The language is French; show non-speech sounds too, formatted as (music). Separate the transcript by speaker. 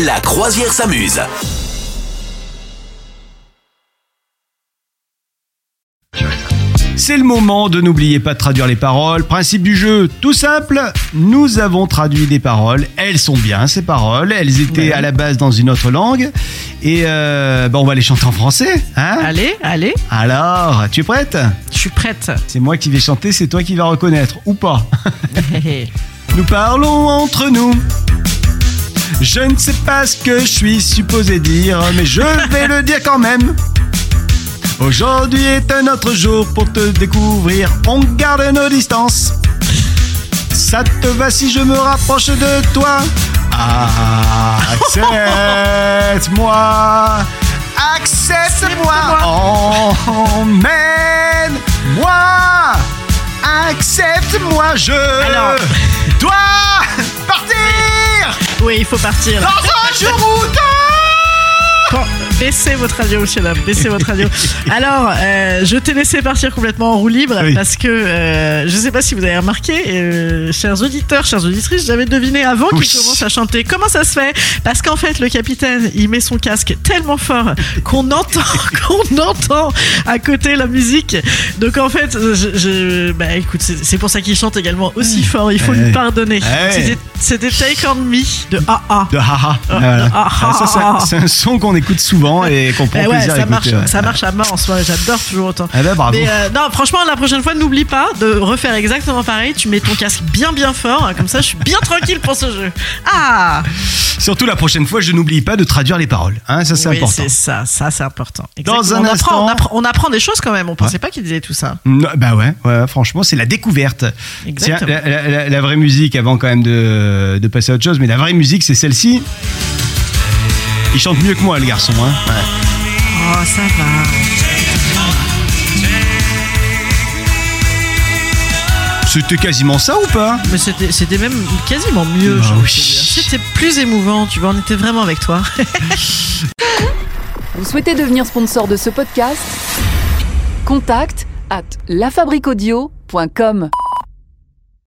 Speaker 1: La croisière s'amuse.
Speaker 2: C'est le moment de n'oublier pas de traduire les paroles. Principe du jeu, tout simple. Nous avons traduit des paroles. Elles sont bien, ces paroles. Elles étaient à la base dans une autre langue. Et euh, bah, on va les chanter en français. Hein
Speaker 3: Allez, allez,
Speaker 2: Alors, tu es prête
Speaker 3: je suis prête.
Speaker 2: C'est moi qui vais chanter, c'est toi qui vas reconnaître, ou pas. Nous parlons entre nous. Je ne sais pas ce que je suis supposé dire, mais je vais le dire quand même. Aujourd'hui est un autre jour pour te découvrir. On garde nos distances. Ça te va si je me rapproche de toi Ah, Accepte-moi. Accepte-moi. Emmène-moi. Accepte-moi. Je
Speaker 3: Alors.
Speaker 2: dois partir
Speaker 3: Oui, il faut partir.
Speaker 2: dans un jour ou
Speaker 3: Quand- Baissez votre radio, monsieur dame, baissez votre
Speaker 2: (laughs)
Speaker 3: radio. Alors, euh, je t'ai laissé partir complètement en roue libre
Speaker 2: Oui.
Speaker 3: parce que euh, je sais pas si vous avez remarqué, euh, chers auditeurs, chères auditrices, j'avais deviné avant
Speaker 2: Oui.
Speaker 3: qu'il commence à chanter. Comment ça se fait Parce qu'en fait, le capitaine, il met son casque tellement fort
Speaker 2: (laughs)
Speaker 3: qu'on entend, qu'on entend à côté la musique. Donc en fait, je, je- bah écoute, c'est c'est pour ça qu'il chante également aussi fort. Il faut
Speaker 2: Ouais. Ah
Speaker 3: lui pardonner.
Speaker 2: Ouais.
Speaker 3: C'était- C'était Take on Me de AA.
Speaker 2: De haha. Voilà.
Speaker 3: ah, ah,
Speaker 2: Ça, ça,
Speaker 3: ah, ah.
Speaker 2: c'est un son qu'on écoute souvent et qu'on prend
Speaker 3: Eh ouais,
Speaker 2: plaisir à
Speaker 3: ça
Speaker 2: écouter.
Speaker 3: marche,
Speaker 2: ouais.
Speaker 3: ça marche à mort en soi. J'adore toujours autant.
Speaker 2: Eh ben, bravo.
Speaker 3: Mais euh, non, franchement, la prochaine fois, n'oublie pas de refaire exactement pareil. Tu mets ton casque bien, bien fort. hein, Comme ça, je suis bien tranquille pour ce jeu. Ah
Speaker 2: Surtout la prochaine fois, je n'oublie pas de traduire les paroles. Hein, ça, c'est
Speaker 3: Oui,
Speaker 2: important.
Speaker 3: c'est ça, ça, c'est important.
Speaker 2: Dans un
Speaker 3: Exactement. on, apprend, on,
Speaker 2: instant-
Speaker 3: apprend, on apprend des choses quand même. On pensait pas qu'il disait tout ça.
Speaker 2: Non, bah ouais, ouais, franchement, c'est la découverte. Tiens,
Speaker 3: Exactement.
Speaker 2: la, la- la- la vraie musique, avant quand même de, de passer à autre chose, mais la vraie musique, c'est celle-ci. Il chante mieux que moi, le garçon. Hein.
Speaker 3: Oh, ça va.
Speaker 2: C'était quasiment ça ou pas
Speaker 3: Mais c'était c'était même quasiment mieux.
Speaker 2: Bah
Speaker 3: je veux
Speaker 2: oui.
Speaker 3: te dire. C'était plus émouvant. Tu vois, on était vraiment avec toi.
Speaker 4: Vous souhaitez devenir sponsor de ce podcast Contact à lafabriquaudio.com.